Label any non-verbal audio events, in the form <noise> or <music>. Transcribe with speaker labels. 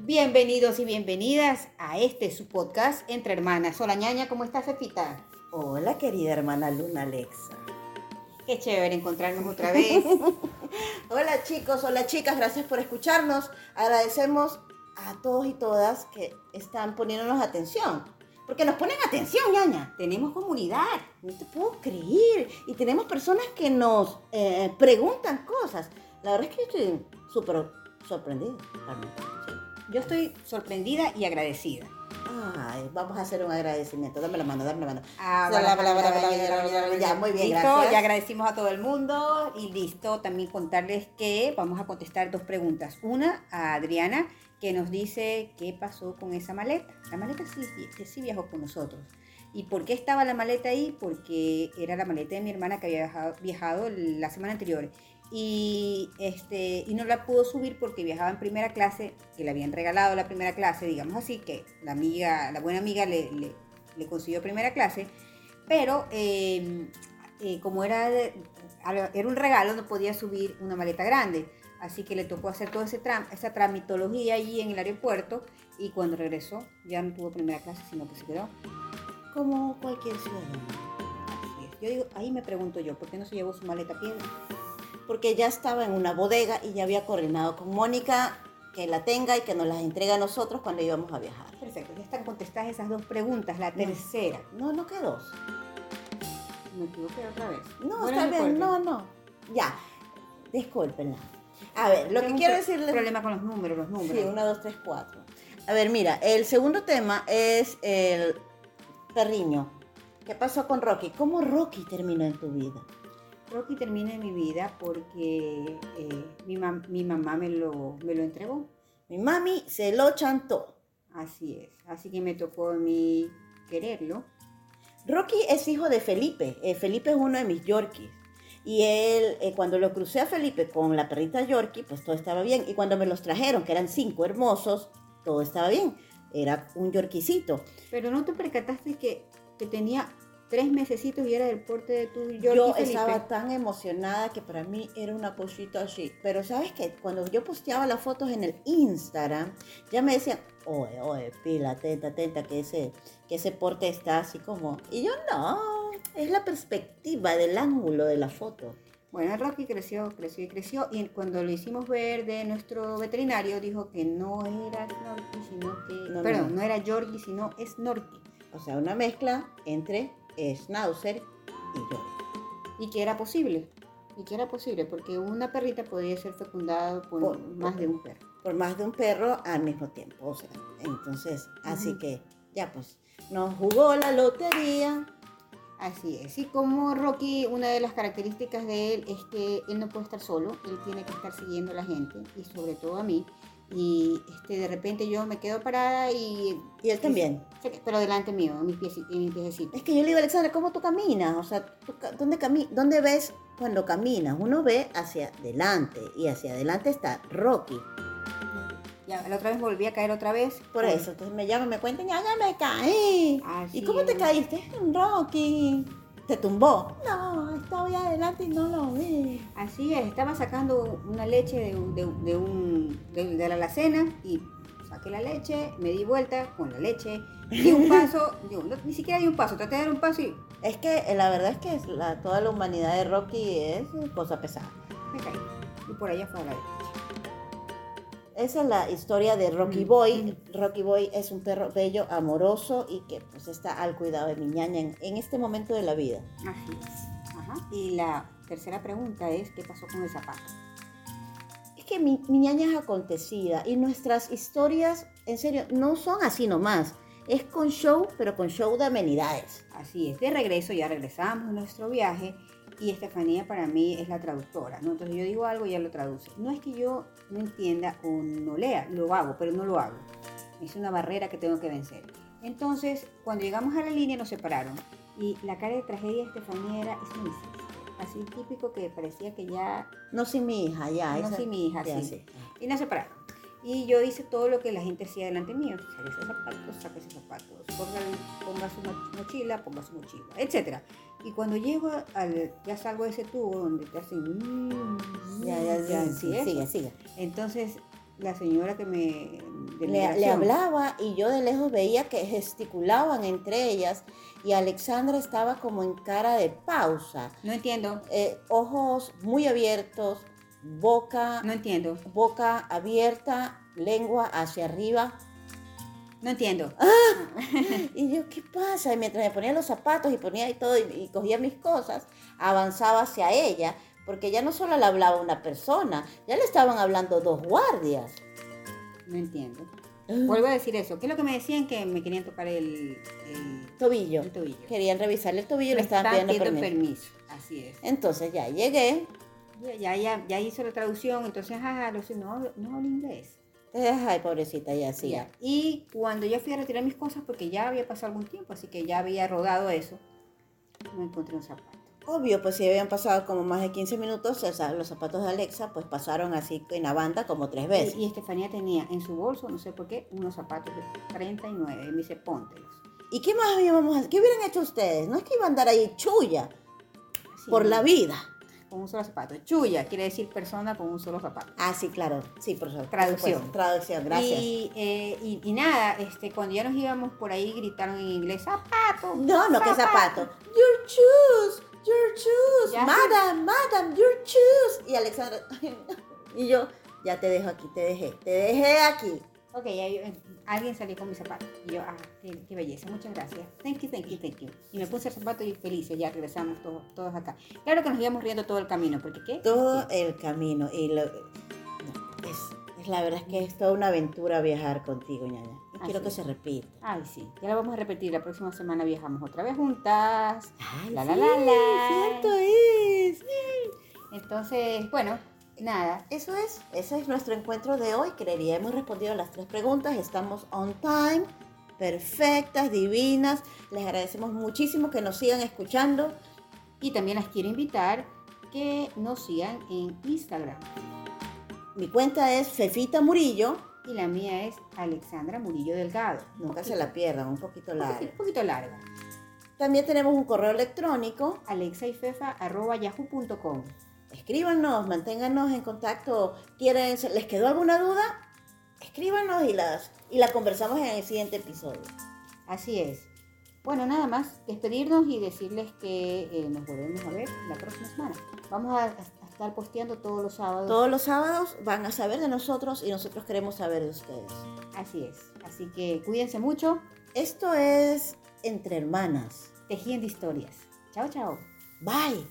Speaker 1: Bienvenidos y bienvenidas a este su podcast Entre Hermanas. Hola ñaña, ¿cómo estás, Fefita?
Speaker 2: Hola, querida hermana Luna Alexa.
Speaker 1: Qué chévere encontrarnos otra
Speaker 2: <laughs>
Speaker 1: vez.
Speaker 2: Hola, chicos, hola, chicas, gracias por escucharnos. Agradecemos a todos y todas que están poniéndonos atención. Porque nos ponen atención, ñaña.
Speaker 1: Tenemos comunidad.
Speaker 2: No te puedo creer. Y tenemos personas que nos eh, preguntan cosas. La verdad es que yo estoy súper sorprendida. realmente.
Speaker 1: Yo estoy sorprendida y agradecida.
Speaker 2: Ay, vamos a hacer un agradecimiento. Dame la mano, dame la mano.
Speaker 1: Ah,
Speaker 2: Bla,
Speaker 1: bla,
Speaker 2: bla,
Speaker 1: bla,
Speaker 2: bla,
Speaker 1: bla,
Speaker 2: bla,
Speaker 1: bla,
Speaker 2: bla,
Speaker 1: bla, bla.
Speaker 2: ya, muy bien,
Speaker 1: Listo,
Speaker 2: gracias.
Speaker 1: ya agradecimos a todo el mundo y listo. También contarles que vamos a contestar dos preguntas. Una a Adriana, que nos dice qué pasó con esa maleta. La maleta sí, sí- sí viajó con nosotros. ¿Y por qué estaba la maleta ahí? Porque era la maleta de mi hermana que había viajado, viajado la semana anterior. Y, este, y no la pudo subir porque viajaba en primera clase, que le habían regalado la primera clase, digamos así, que la amiga, la buena amiga le, le, le consiguió primera clase, pero eh, eh, como era, de- a- era un regalo, no podía subir una maleta grande. Así que le tocó hacer toda ese tram- esa tramitología allí en el aeropuerto y cuando regresó ya no tuvo primera clase, sino que se quedó.
Speaker 2: Como cualquier ciudadano.
Speaker 1: Así es. Yo digo, ahí me pregunto yo, ¿por qué no se llevó su maleta piedra?
Speaker 2: Porque ya estaba en una bodega y ya había coordinado con Mónica que la tenga y que nos las entrega a nosotros cuando íbamos a viajar.
Speaker 1: Perfecto, ya están contestadas esas dos preguntas. La tercera,
Speaker 2: No, no que dos.
Speaker 1: me equivoqué otra vez.
Speaker 2: No,
Speaker 1: Bueno,
Speaker 2: está bien,
Speaker 1: importa.
Speaker 2: no, no. Ya, discúlpenla. A ver, lo
Speaker 1: Tengo
Speaker 2: que
Speaker 1: un
Speaker 2: quiero
Speaker 1: pro-
Speaker 2: decirles...
Speaker 1: problema con los números, los números.
Speaker 2: Sí, una, dos, tres, cuatro. A ver, mira, el segundo tema es el perriño. ¿Qué pasó con Rocky? ¿Cómo Rocky terminó en tu vida?
Speaker 1: Creo que terminé mi vida porque eh, mi, mam- mi mamá me lo, me lo entregó.
Speaker 2: Mi mami se lo chantó.
Speaker 1: Así es. Así que me tocó a mí quererlo.
Speaker 2: Rocky es hijo de Felipe. Eh, Felipe es uno de mis Yorkies. Y él, eh, cuando lo crucé a Felipe con la perrita Yorkie, pues todo estaba bien. Y cuando me los trajeron, que eran cinco hermosos, todo estaba bien. Era un Yorkicito.
Speaker 1: Pero no te percataste que, que tenía tres mesecitos y era del porte de tu Yorkie
Speaker 2: yo
Speaker 1: Felipe?
Speaker 2: estaba tan emocionada que para mí era una cosita así. Pero sabes que cuando yo posteaba las fotos en el Instagram, ya me decían, oye, oye, pila, atenta, atenta, que ese, que ese porte está así como. Y yo no, es la perspectiva del ángulo de la foto.
Speaker 1: Bueno, Rocky creció, creció y creció. Y cuando lo hicimos ver de nuestro veterinario, dijo que no era Snorky, sino que.
Speaker 2: no,
Speaker 1: perdón,
Speaker 2: no.
Speaker 1: no, era Yorkie, sino Snorky.
Speaker 2: O sea, una mezcla entre Schnauzer y yo.
Speaker 1: Y que era posible. Y que era posible, porque una perrita podía ser fecundada por,
Speaker 2: Por-
Speaker 1: más de un perro.
Speaker 2: Por más de un perro al mismo tiempo. O sea, entonces, así
Speaker 1: Ujú.
Speaker 2: que, ya pues, nos jugó la lotería.
Speaker 1: Así es. Y como Rocky, una de las características de él es que él no puede estar solo, él tiene que estar siguiendo a la gente y sobre todo a mí. Y este, de repente yo me quedo parada y...
Speaker 2: Y él también.
Speaker 1: se que- Pero delante mío, en mis, pies, en mis piececitos.
Speaker 2: Es que yo le digo, Alexandra, ¿cómo tú caminas? O sea, ¿tú ca- ¿dónde, cami ¿dónde ves cuando caminas? Uno ve hacia adelante y hacia adelante está Rocky.
Speaker 1: <laughs> Ya, la otra vez volví a caer otra vez.
Speaker 2: Por eso, entonces me llaman, me cuentan, ya, ya me caí.
Speaker 1: Así
Speaker 2: ¿Y cómo te
Speaker 1: es.
Speaker 2: caíste? "En Rocky. ¿Te tumbó? No, estaba ahí adelante y no lo vi.
Speaker 1: Así es, estaba sacando una leche de, un- de un- de un, de, de la alacena y saqué la leche, me di vuelta con la leche, di <laughs> un paso, digo, no, ni siquiera di un paso, traté de dar un paso y
Speaker 2: Es que eh, la verdad es que es la- toda la humanidad de Rocky es eh, cosa pesada.
Speaker 1: me caí. Y por allá fue a la derecha.
Speaker 2: Esa es la historia de Rocky
Speaker 1: Mm,
Speaker 2: Boy. Rocky Boy es un perro bello, amoroso y que pues está al cuidado de mi ñaña en- en este momento de la vida.
Speaker 1: Así es. Ajá. Y la tercera pregunta es, ¿qué pasó con el zapato?
Speaker 2: Es que mi, mi ñaña es acontecida y nuestras historias, en serio, no son así nomás. Es con show, pero con show de amenidades.
Speaker 1: Así es, de regreso ya regresamos a nuestro viaje y Estefanía para mí es la traductora, ¿no? Entonces yo digo algo y ella lo traduce. No es que yo no entienda o no lea, lo hago, pero no lo hago. Es una barrera que tengo que vencer. Entonces, cuando llegamos a la línea nos separaron y la cara de tragedia de Estefanía era, es mi hija". así típico que parecía que ya,
Speaker 2: No soy mi hija, ya.
Speaker 1: no
Speaker 2: Ah, esa-
Speaker 1: soy mi hija,
Speaker 2: ya,
Speaker 1: así.
Speaker 2: sí.
Speaker 1: Y nos separaron. Y yo hice todo lo que la gente hacía delante mío. Saque ese zapato, saque ese zapato, ponga, ponga su mo- mochila, ponga su mochila, etc. Y cuando llego al, ya salgo de ese tubo donde te hacen... mm,
Speaker 2: Ya, ya,
Speaker 1: mm,
Speaker 2: ya,
Speaker 1: así
Speaker 2: sí,
Speaker 1: es.
Speaker 2: sigue, sigue.
Speaker 1: Entonces la señora que me... de
Speaker 2: le, le
Speaker 1: migración.
Speaker 2: hablaba y yo de lejos veía que gesticulaban entre ellas y Alexandra estaba como en cara de pausa,
Speaker 1: No entiendo,
Speaker 2: eh, ojos muy abiertos, boca,
Speaker 1: no entiendo,
Speaker 2: boca abierta, lengua hacia arriba.
Speaker 1: no entiendo.
Speaker 2: Y yo, ¿qué pasa? Y mientras me ponía los zapatos y ponía y todo y, y cogía mis cosas, avanzaba hacia ella, porque ya no solo le hablaba una persona, ya le estaban hablando dos guardias.
Speaker 1: No entiendo.
Speaker 2: Mm.
Speaker 1: Vuelvo a decir eso. ¿Qué es lo que me decían? Que me querían tocar el, el-
Speaker 2: Tobillo.
Speaker 1: el tobillo.
Speaker 2: Querían revisarle el tobillo y
Speaker 1: Me
Speaker 2: le estaban pidiendo permiso.
Speaker 1: permiso. Así es.
Speaker 2: Entonces ya llegué,
Speaker 1: Ya, ya, ya hizo la traducción, entonces, ajá, lo sé, no, no hablo inglés.
Speaker 2: entonces, ay, pobrecita, ya hacía.
Speaker 1: Ya. Y cuando yo fui a retirar mis cosas, porque ya había pasado algún tiempo, así que ya había rodado eso, no encontré un zapato.
Speaker 2: Obvio, pues si habían pasado como más de 15 minutos, o sea, los zapatos de Alexa pues pasaron así en la banda como tres veces.
Speaker 1: Y, y Estefanía tenía en su bolso, no sé por qué, unos zapatos de 39. Y me dice, póntelos.
Speaker 2: ¿Y qué más íbamos a hacer? ¿Qué hubieran hecho ustedes? No es que iban a andar ahí chulla
Speaker 1: Así,
Speaker 2: por la vida.
Speaker 1: Con un solo zapato. Chuya quiere decir persona con un solo zapato.
Speaker 2: Ah, sí, claro. Sí, por supuesto.
Speaker 1: Traducción.
Speaker 2: Por supuesto. Traducción, gracias.
Speaker 1: Y, eh, y- y nada, este, cuando ya nos íbamos por ahí gritaron en inglés, zapato.
Speaker 2: No, no, que zapato. Your shoes, your shoes,
Speaker 1: Ya.
Speaker 2: madam, madam, your shoes. Y Alexandra, <laughs> ay, no. y yo, ya te dejo aquí, te dejé, te dejé aquí.
Speaker 1: Ok, ahí, eh, alguien salió con mi zapato. Y yo, ah, qué, qué belleza, muchas gracias. Thank you, thank you, thank you. Y me puse el zapato y felices, ya regresamos todos, todos acá. Claro que nos íbamos riendo todo el camino, porque ¿qué?
Speaker 2: Todo el camino. Y lo, no, es, es la verdad es que es toda una aventura viajar contigo, ñaña. Y
Speaker 1: Así
Speaker 2: quiero que
Speaker 1: es.
Speaker 2: se repita.
Speaker 1: Ay, sí, ya lo vamos a repetir. La próxima semana viajamos otra vez juntas.
Speaker 2: Ay,
Speaker 1: La, la, la, la.
Speaker 2: Cierto es.
Speaker 1: Entonces, bueno, nada.
Speaker 2: Eso es, ese es nuestro encuentro de hoy. Creería, hemos respondido las tres preguntas, estamos on time, perfectas, divinas. Les agradecemos muchísimo que nos sigan escuchando.
Speaker 1: Y también las quiero invitar que nos sigan en Instagram.
Speaker 2: Mi cuenta es Fefita Murillo,
Speaker 1: Y la mía es Alexandra Murillo Delgado.
Speaker 2: nunca se la pierdan, un poquito
Speaker 1: Un
Speaker 2: larga.
Speaker 1: poquito- un poquito larga.
Speaker 2: También tenemos un correo electrónico.
Speaker 1: alexayfefa.yahoo.com.
Speaker 2: Escríbanos, manténganos en contacto. ¿Quieren, ¿Les quedó alguna duda? Escríbanos y, las, y la conversamos en el siguiente episodio.
Speaker 1: Así es. Bueno, nada más despedirnos y decirles que eh, nos volvemos a ver la próxima semana. Vamos a, a estar posteando todos los sábados.
Speaker 2: Todos los sábados van a saber de nosotros y nosotros queremos saber de ustedes.
Speaker 1: Así es. Así que cuídense mucho.
Speaker 2: Esto es Entre Hermanas.
Speaker 1: Tejiendo historias. Chao, chao.
Speaker 2: Bye.